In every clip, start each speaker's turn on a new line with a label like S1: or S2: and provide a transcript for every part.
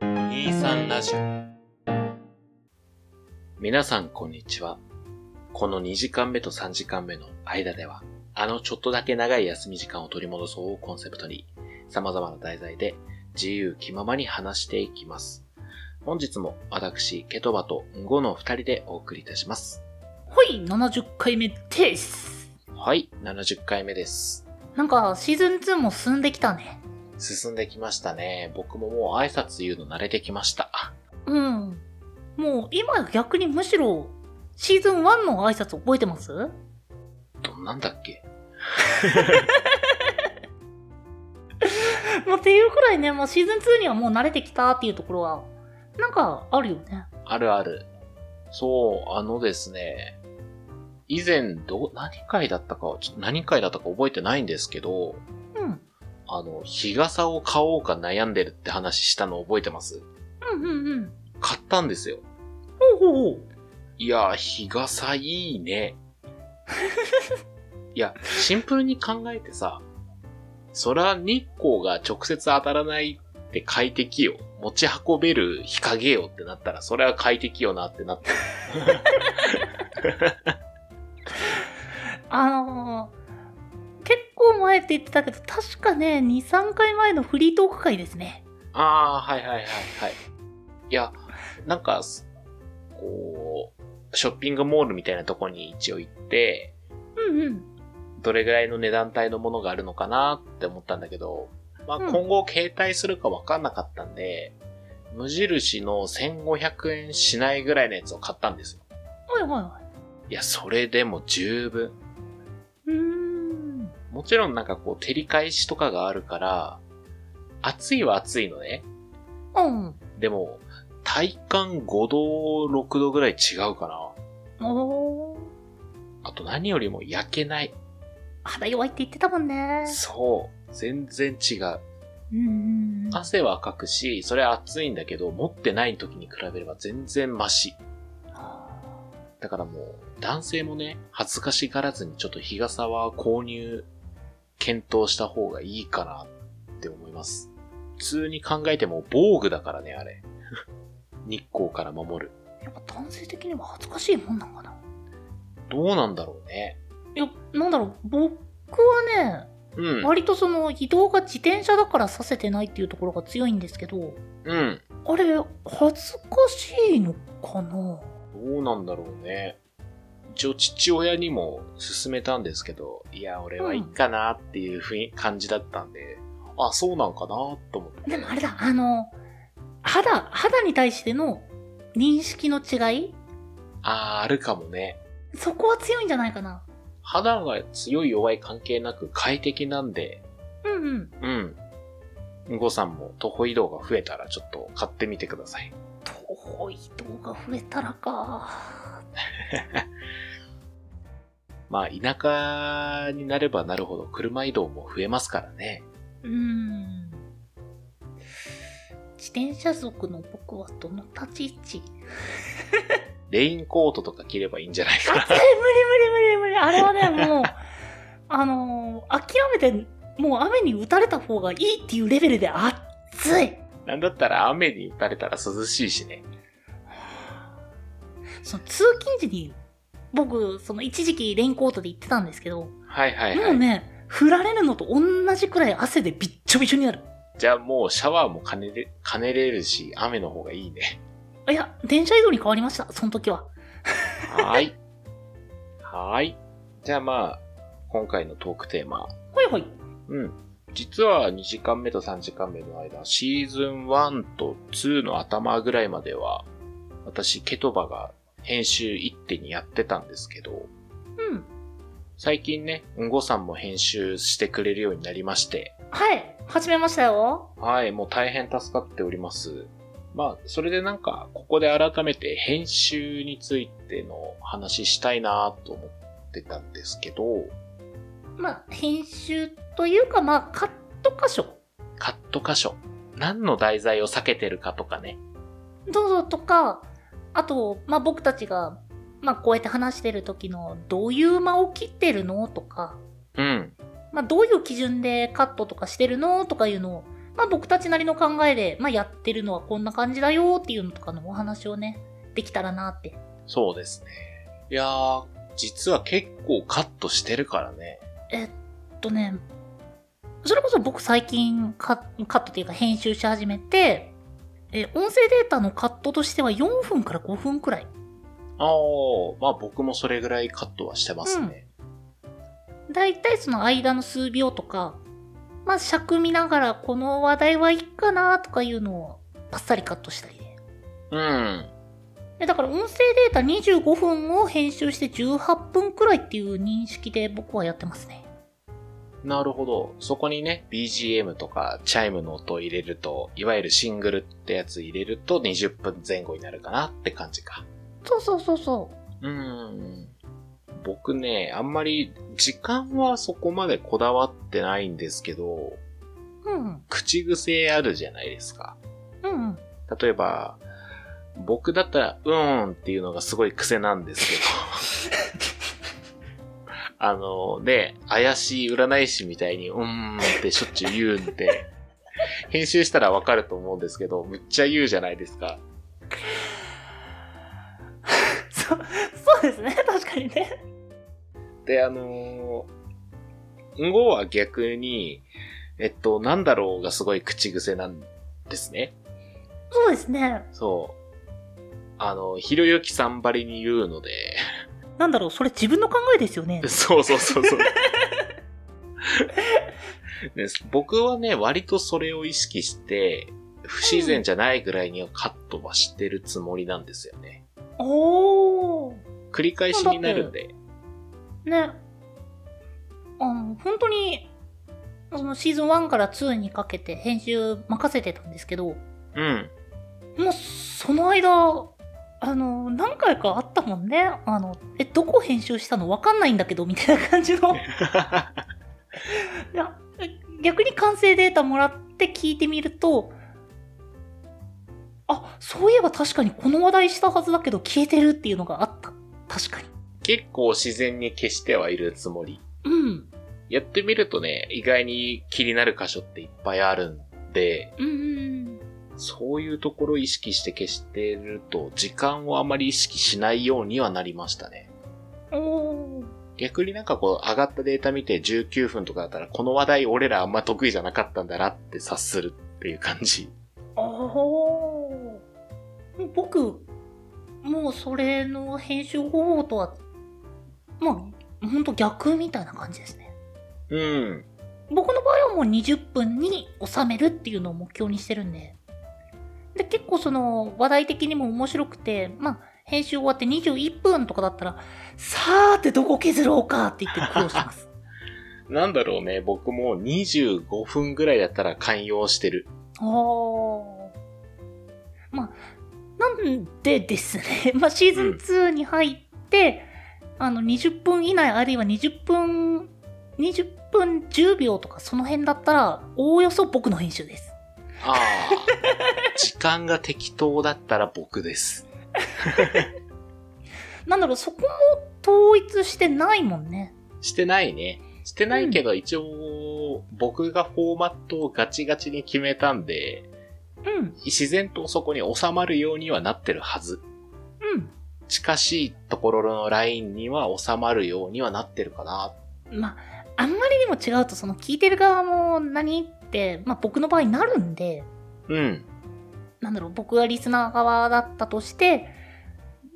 S1: 23ラジオ皆さんこんにちは。この2時間目と3時間目の間では、あのちょっとだけ長い休み時間を取り戻そうをコンセプトに、様々な題材で自由気ままに話していきます。本日も私、ケトバとンゴの2人でお送りいたします。
S2: ほい、70回目です。
S1: はい、70回目です。
S2: なんか、シーズン2も進んできたね。
S1: 進んできましたね。僕ももう挨拶言うの慣れてきました。
S2: うん。もう、今逆にむしろ、シーズン1の挨拶覚えてます
S1: どんなんだっけ
S2: まあ、っていうくらいね、もうシーズン2にはもう慣れてきたっていうところは、なんか、あるよね。
S1: あるある。そう、あのですね、以前ど、何回だったかは、ちょっと何回だったか覚えてないんですけど、
S2: うん。
S1: あの、日傘を買おうか悩んでるって話したの覚えてます
S2: うんうんうん。
S1: 買ったんですよ。
S2: ほうほうほう。
S1: いやー、日傘いい ね。いや、シンプルに考えてさ、そら日光が直接当たらないって快適よ。持ち運べる日陰よってなったら、それは快適よなってなって。
S2: あのー、結構前って言ってたけど、確かね、2、3回前のフリートーク会ですね。
S1: ああ、はいはいはいはい。いや、なんか、すこう、ショッピングモールみたいなとこに一応行って、
S2: うんうん。
S1: どれぐらいの値段帯のものがあるのかなって思ったんだけど、まあ、
S2: うん
S1: 今後携帯するかわかんなかったんで、無印の1500円しないぐらいのやつを買ったんですよ。
S2: はいはいはい
S1: や、それでも十分。
S2: い。うーん。
S1: もちろんなんかこう、照り返しとかがあるから、暑いは暑いのね。
S2: うん。
S1: でも、体感5度、6度ぐらい違うかな。
S2: おー。
S1: あと何よりも焼けない。
S2: 肌弱いって言ってたもんね。
S1: そう。全然違う。
S2: うんうん。
S1: 汗はかくし、それは暑いんだけど、持ってない時に比べれば全然マシ。だからもう、男性もね、恥ずかしがらずにちょっと日傘は購入、検討した方がいいかなって思います。普通に考えても防具だからね、あれ。 日光から守る。
S2: やっぱ男性的には恥ずかしいもんなんかな。
S1: どうなんだろうね。
S2: いや、なんだろう、僕はね、
S1: うん。
S2: 割とその移動が自転車だからさせてないっていうところが強いんですけど、
S1: うん。
S2: あれ、恥ずかしいのかな
S1: どうなんだろうね。一応父親にも勧めたんですけど、いや、俺はいいかなっていうふい感じだったんで、あ、そうなんかなと思って。
S2: でもあれだ、あの、肌、肌に対しての認識の違い
S1: あー、あるかもね。
S2: そこは強いんじゃないかな。
S1: 肌が強い弱い関係なく快適なんで、
S2: うんうん。
S1: うん。うんごさんも徒歩移動が増えたらちょっと買ってみてください。
S2: 遠い移動が増えたらか。
S1: まあ、田舎になればなるほど車移動も増えますからね。
S2: うーん。自転車族の僕はどの立ち位置
S1: レインコートとか着ればいいんじゃないか
S2: あ、無
S1: な
S2: 理。無理無理無理無理。あれはね、 もう、あのー諦めて、もう雨に打たれた方がいいっていうレベルで暑い。
S1: なんだったら雨に打たれたら涼しいしね。
S2: その通勤時に、僕、その一時期レインコートで行ってたんですけど、も
S1: はいはいうはい。
S2: ね、振られるのと同じくらい汗でびっちょびちょになる。
S1: じゃあもうシャワーも兼ねれ、兼ねれるし、雨の方がいいね。
S2: あいや、電車移動に変わりました、その時は。
S1: はーい。はーい。じゃあまあ、今回のトークテーマ。
S2: はいはい。
S1: うん。実は2時間目と3時間目の間、シーズン1と2の頭ぐらいまでは、私、ケトバが編集一手にやってたんですけど、
S2: うん。
S1: 最近ね、うんごさんも編集してくれるようになりまして、
S2: はい、始めましたよ。
S1: はい、もう大変助かっております。まあ、それでなんか、ここで改めて編集についての話したいなと思ってたんですけど、
S2: まあ、編集というか、まあ、カット箇所。
S1: カット箇所。何の題材を避けてるかとかね。
S2: どうぞとか、あと、まあ、僕たちが、まあ、こうやって話してる時の、どういう間を切ってるのとか、
S1: うん。
S2: まあ、どういう基準でカットとかしてるのとかいうのを、まあ僕たちなりの考えで、まあやってるのはこんな感じだよっていうのとかのお話をね、できたらなって。
S1: そうですね。いやー、実は結構カットしてるからね。
S2: とね、それこそ僕最近カカットというか編集し始めて、え、音声データのカットとしては4分から5分くらい。
S1: ああ、まあ僕もそれぐらいカットはしてますね。
S2: だいたいその間の数秒とか、まあ尺見ながらこの話題はいいかなとかいうのをパッサリカットしたりね。
S1: うん。
S2: えだから音声データ25分を編集して18分くらいっていう認識で僕はやってますね。
S1: なるほど。そこにね、BGM とかチャイムの音を入れると、いわゆるシングルってやつ入れると20分前後になるかなって感じか。
S2: そうそうそうそ
S1: う
S2: う。
S1: ーん。僕ね、あんまり時間はそこまでこだわってないんですけど、
S2: うん。
S1: 口癖あるじゃないですか。
S2: うんうん。
S1: 例えば、僕だったら、うーんっていうのがすごい癖なんですけど。あの、ね、怪しい占い師みたいに、うーんってしょっちゅう言うんで、編集したらわかると思うんですけど、むっちゃ言うじゃないですか。
S2: そ、そうですね。確かにね。
S1: で、あのー、語は逆に、えっと、なんだろうがすごい口癖なんですね。
S2: そうですね。
S1: そう。あの、ひろゆきさんばりに言うので、
S2: なんだろう、それ自分の考えですよね。
S1: そうそうそう そう。ね僕はね、割とそれを意識して、不自然じゃないぐらいにはカットはしてるつもりなんですよね。
S2: おー。
S1: 繰り返しになるんで。
S2: ね。あの、本当に、そのシーズン1から2にかけて編集任せてたんですけど、
S1: うん。
S2: もうその間、あの、何回かあったもんね。あの、え、どこ編集したのわかんないんだけど、みたいな感じ の。いや、逆に完成データもらって聞いてみると、あ、そういえば確かにこの話題したはずだけど消えてるっていうのがあった。確かに。
S1: 結構自然に消してはいるつもり。
S2: うん。
S1: やってみるとね、意外に気になる箇所っていっぱいあるんで、
S2: うんうん。
S1: そういうところを意識して消してると、時間をあまり意識しないようにはなりましたね。
S2: おー。
S1: 逆になんかこう上がったデータ見て19分とかだったらこの話題俺らあんま得意じゃなかったんだなって察するっていう感じ。
S2: あー僕もうそれの編集方法とはまあほんと逆みたいな感じですね
S1: うん。
S2: 僕の場合はもう20分に収めるっていうのを目標にしてるんでで結構その話題的にも面白くてまあ編集終わって21分とかだったらさーてどこ削ろうかって言って苦労します
S1: なんだろうね、僕もう25分ぐらいだったら寛容してる。
S2: あーまあなんでですね、 まあ、シーズン2に入って、あの20分以内あるいは20分20分10秒とかその辺だったらおおよそ僕の編集です
S1: ああ。時間が適当だったら僕です。
S2: なんだろうそこも統一してないもんね
S1: してないね。してないけど一応僕がフォーマットをガチガチに決めたんで、
S2: うん
S1: 自然とそこに収まるようにはなってるはず。近しいところのラインには収まるようにはなってるかな。
S2: うんまああんまりにも違うとその聞いてる側も何って、まあ、僕の場合なるんで
S1: うん。
S2: なんだろう、僕がリスナー側だったとして、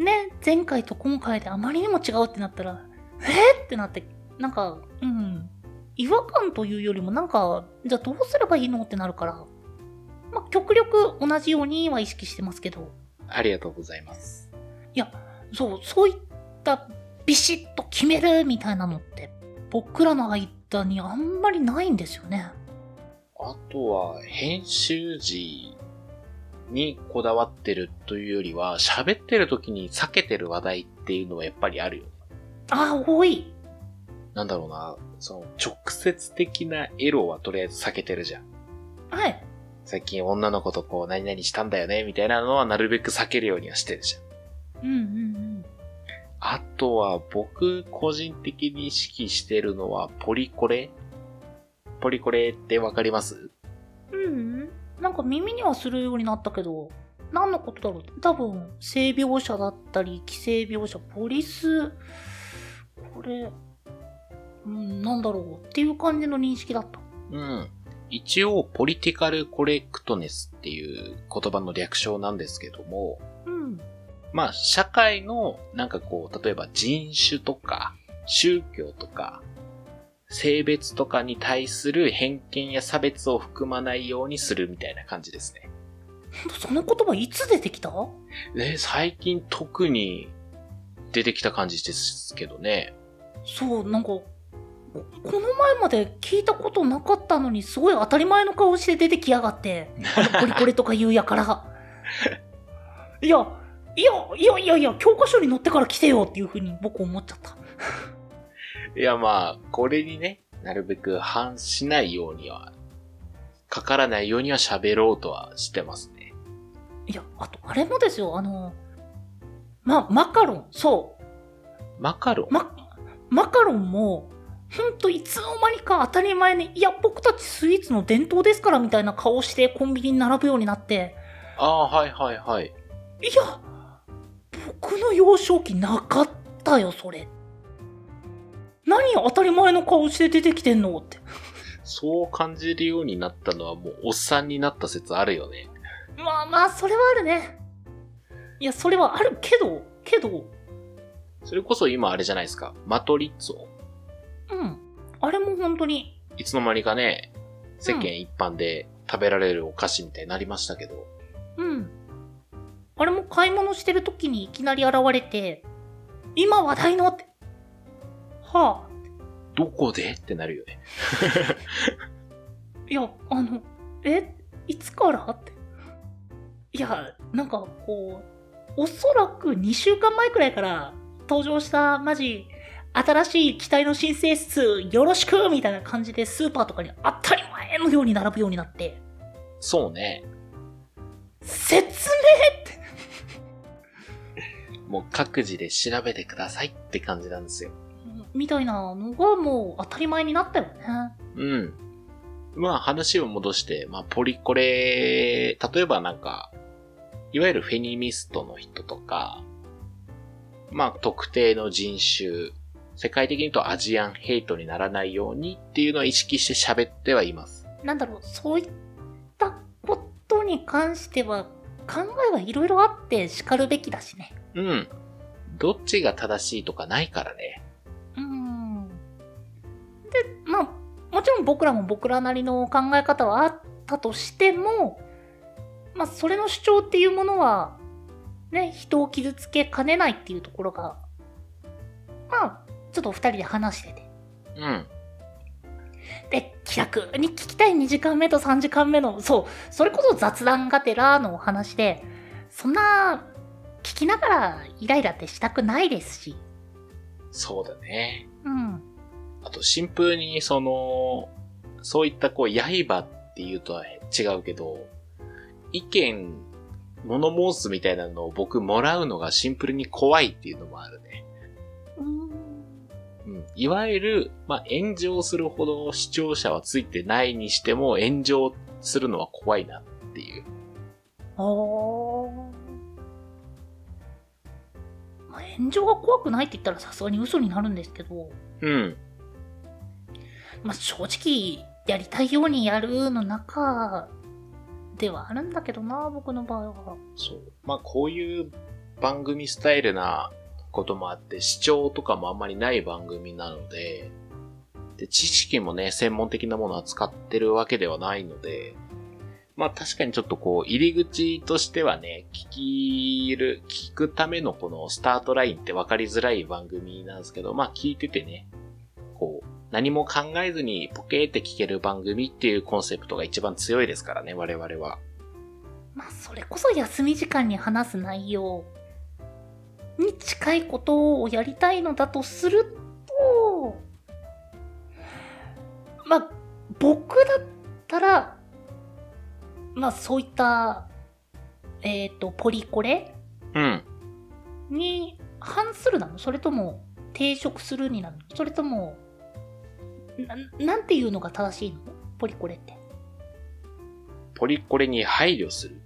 S2: ね、前回と今回であまりにも違うってなったら、えーってなって、なんか、うん、違和感というよりもなんか、じゃあどうすればいいのってなるから、まあ、極力同じようには意識してますけど、
S1: ありがとうございます。
S2: そう、そういったビシッと決めるみたいなのって、僕らの間にあんまりないんですよね。
S1: あとは、編集時にこだわってるというよりは、喋ってる時に避けてる話題っていうのはやっぱりあるよ。
S2: ああ、多い。
S1: なんだろうな、その直接的なエロはとりあえず避けてるじゃん。
S2: はい。
S1: 最近女の子とこう何々したんだよね、みたいなのはなるべく避けるようにはしてるじゃん。
S2: うんうんうん。
S1: あとは僕個人的に意識してるのはポリコレポリコレってわかります
S2: うん。なんか耳にはするようになったけど、何のことだろう多分、性描写だったり、既成描写、ポリス、これ、うん、なんだろうっていう感じの認識だった。
S1: うん。一応、ポリティカルコレクトネスっていう言葉の略称なんですけども、
S2: うん。
S1: まあ、社会の、なんかこう、例えば人種とか、宗教とか、性別とかに対する偏見や差別を含まないようにするみたいな感じですね。
S2: その言葉いつ出てきた
S1: ね、最近特に出てきた感じですけどね。
S2: そう、なんか、ここの前まで聞いたことなかったのに、すごい当たり前の顔して出てきやがって、あのコリコリとか言うやから。いや、いや、いやいやいや、教科書に載ってから来てよっていうふうに僕思っちゃった。
S1: いや、まあ、これにね、なるべく反しないようには、かからないようには喋ろうとはしてますね。
S2: いや、あと、あれもですよ、あの、ま、マカロン、そ
S1: マカロン
S2: う、ま、マカロンも、ほんといつの間にか当たり前に、いや、僕たちスイーツの伝統ですからみたいな顔してコンビニに並ぶようになって、
S1: ああ、はいはいはい。
S2: いや、僕の幼少期なかったよ、それ。何当たり前の顔して出てきてんのって。
S1: そう感じるようになったのはもうおっさんになった説あるよね。
S2: まあまあ、それはあるね。いや、それはあるけど、けど、
S1: それこそ今あれじゃないですか。マトリッツォ。
S2: うん。あれも本当に、
S1: いつの間にかね、世間一般で食べられるお菓子みたいになりましたけど。
S2: うん。あれも買い物してる時にいきなり現れて、今話題のって。はあ、
S1: どこでってなるよね。
S2: いや、あの、え、いつからって。いや、なんかこう、おそらく2週間前くらいから登場したマジ、新しい機体の申請数よろしくみたいな感じでスーパーとかに当たり前のように並ぶようになって、
S1: そうね。
S2: 説
S1: もう各自で調べてくださいって感じなんですよ。
S2: 明みたいなのがもう当たり前になったよね。
S1: うん。まあ話を戻して、まあポリコレ、例えばなんか、いわゆるフェニミストの人とか、まあ特定の人種、世界的に言うとアジアンヘイトにならないようにっていうのを意識して喋ってはいます。
S2: なんだろう、そういったことに関しては考えはいろいろあって叱るべきだしね。
S1: うん。どっちが正しいとかないからね。
S2: うーんでまあもちろん僕らも僕らなりの考え方はあったとしても、まあ、それの主張っていうものは、ね、人を傷つけかねないっていうところがまあちょっとお二人で話してて
S1: うん。
S2: で気楽に聞きたい2時間目と3時間目のそうそれこそ雑談がてらのお話でそんな聞きながらイライラってしたくないですし
S1: そうだね。
S2: うん
S1: あと、新風に、その、そういったこう、刃っていうとは違うけど、意見、物申すみたいなのを僕もらうのがシンプルに怖いっていうのもあるね。
S2: うーん
S1: うん。いわゆる、まあ、炎上するほど視聴者はついてないにしても、炎上するのは怖いなっていう。
S2: あーまあ。炎上が怖くないって言ったらさすがに嘘になるんですけど、
S1: うん。
S2: まあ、正直やりたいようにやるの中ではあるんだけどな僕の場合は。
S1: そう。まあ、こういう番組スタイルなこともあって、視聴とかもあんまりない番組なので、で、知識もね、専門的なものを扱ってるわけではないので、まあ確かにちょっとこう、入り口としてはね、聞きる、聞くためのこのスタートラインって分かりづらい番組なんですけど、まあ聞いててね、こう、何も考えずにポケーって聞ける番組っていうコンセプトが一番強いですからね、我々は。
S2: まあ、それこそ休み時間に話す内容に近いことをやりたいのだとすると、まあ、僕だったら、まあ、そういった、えっ、と、ポリコレ
S1: うん。
S2: に反するなのそれとも、抵触するになるのそれとも、ななんていうのが正しいのポリコレって。
S1: ポリコレに配慮する。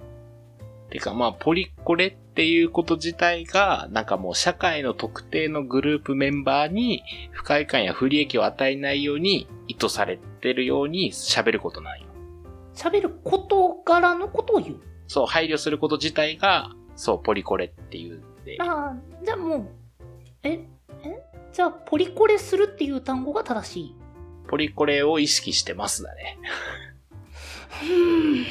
S1: てかまあ、ポリコレっていうこと自体が、なんかもう社会の特定のグループメンバーに不快感や不利益を与えないように意図されてるように喋ることなんよ。
S2: 喋る事柄のことを言う。
S1: そう、配慮すること自体が、そう、ポリコレっていうんで。
S2: ああ、じゃあもう、え、えじゃあ、ポリコレするっていう単語が正しい。
S1: ポリコレを意識してますだね。
S2: うん。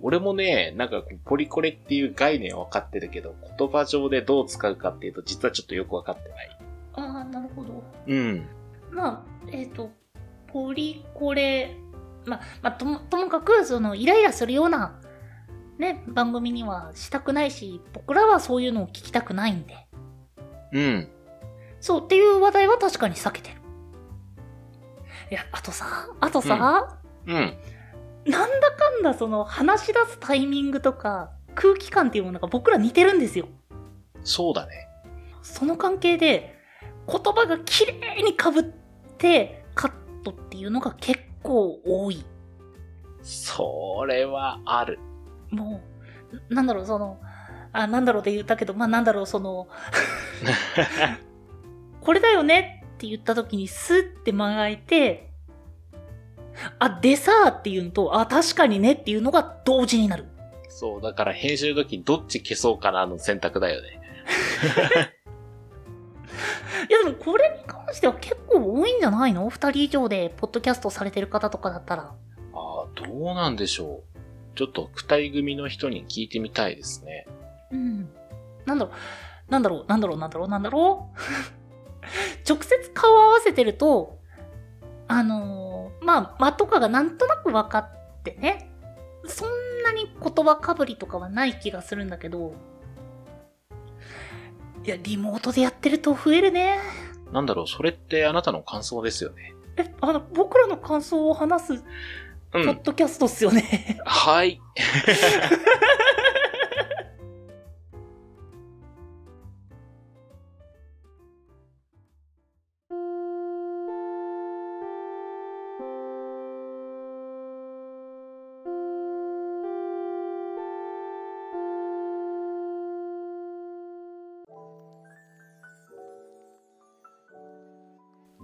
S1: 俺もね、なんかこうポリコレっていう概念は分かってるけど、言葉上でどう使うかっていうと、実はちょっとよく分かってない。
S2: ああ、なるほど。
S1: うん。
S2: まあ、えっ、と、ポリコレ、まあ、まあ、とも、ともかく、その、イライラするような、ね、番組にはしたくないし、僕らはそういうのを聞きたくないんで。
S1: うん。
S2: そう、っていう話題は確かに避けてる。いや、あとさ、あとさ、
S1: うん。
S2: なんだかんだその、話し出すタイミングとか、空気感っていうものが僕ら似てるんですよ。
S1: そうだね。
S2: その関係で、言葉が綺麗に被って、カットっていうのが結構多い。
S1: それはある。
S2: もう、ななんだろう、その、あ、なんだろうって言ったけど、まあなんだろう、その、これだよねって言った時にスッて間が空いて、あ、でさーっていうのと、あ、確かにねっていうのが同時になる。
S1: そう、だから編集の時にどっち消そうかなの選択だよね。
S2: いやでもこれに関しては結構多いんじゃないの二人以上でポッドキャストされてる方とかだったら。
S1: ああ、どうなんでしょう。ちょっと二人組の人に聞いてみたいですね。
S2: うん。なんだろう、なんだろう、なんだろう、なんだろう、なんだろう。直接顔を合わせてると、あのーまあ、間とかがなんとなく分かってね、そんなに言葉かぶりとかはない気がするんだけど、いや、リモートでやってると増えるね。
S1: なんだろう、それってあなたの感想ですよね。
S2: え、あの、僕らの感想を話す、
S1: う
S2: ポッ
S1: ん。
S2: ドキャストっすよね。
S1: はい。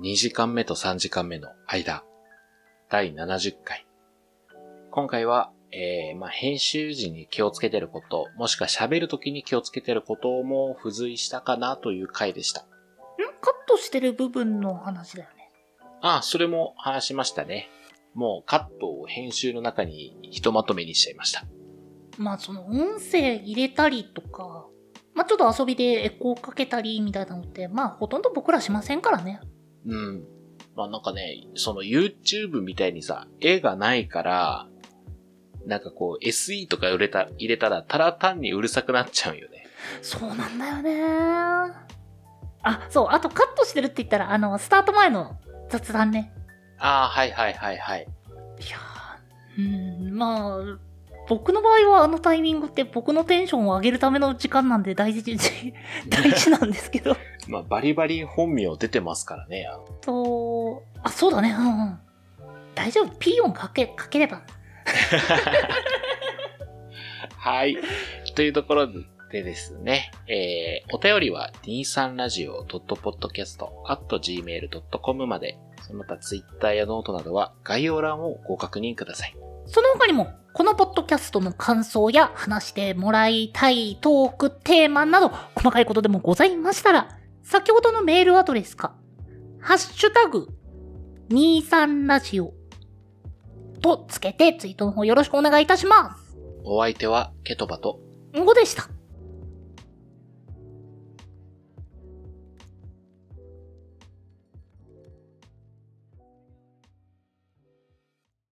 S1: 2時間目と3時間目の間、第70回。今回は、えー、まあ、編集時に気をつけてること、もしくは喋る時に気をつけてることも付随したかなという回でした。
S2: んカットしてる部分の話だよね。
S1: ああ、それも話しましたね。もうカットを編集の中にひとまとめにしちゃいました。
S2: まあその音声入れたりとか、まあちょっと遊びでエコーかけたりみたいなのって、まあほとんど僕らしませんからね。
S1: うん。まあなんかね、その YouTube みたいにさ、絵がないから、なんかこう SE とか入れた、入れたらただ単にうるさくなっちゃうよね。
S2: そうなんだよね。あ、そう、あとカットしてるって言ったら、あの、スタート前の雑談ね。
S1: ああ、はいはいはいはい。
S2: いやーうん、まあ、僕の場合はあのタイミングって僕のテンションを上げるための時間なんで大事、 大事なんですけ ど。
S1: まあバリバリ本名出てますからね。あの
S2: と、あ、そうだね、うんうん。大丈夫、ピーヨンかけ、かければ。
S1: はい。というところでですね、えー、お便りは 23radio.podcast.gmail.com まで、その他ツイッターやノートなどは概要欄をご確認ください。
S2: その他にも、このポッドキャストの感想や話してもらいたいトーク、テーマなど、細かいことでもございましたら、先ほどのメールアドレスか、ハッシュタグ、23ラジオとつけてツイートの方よろしくお願いいたします。
S1: お相手はケトバと
S2: んごでした。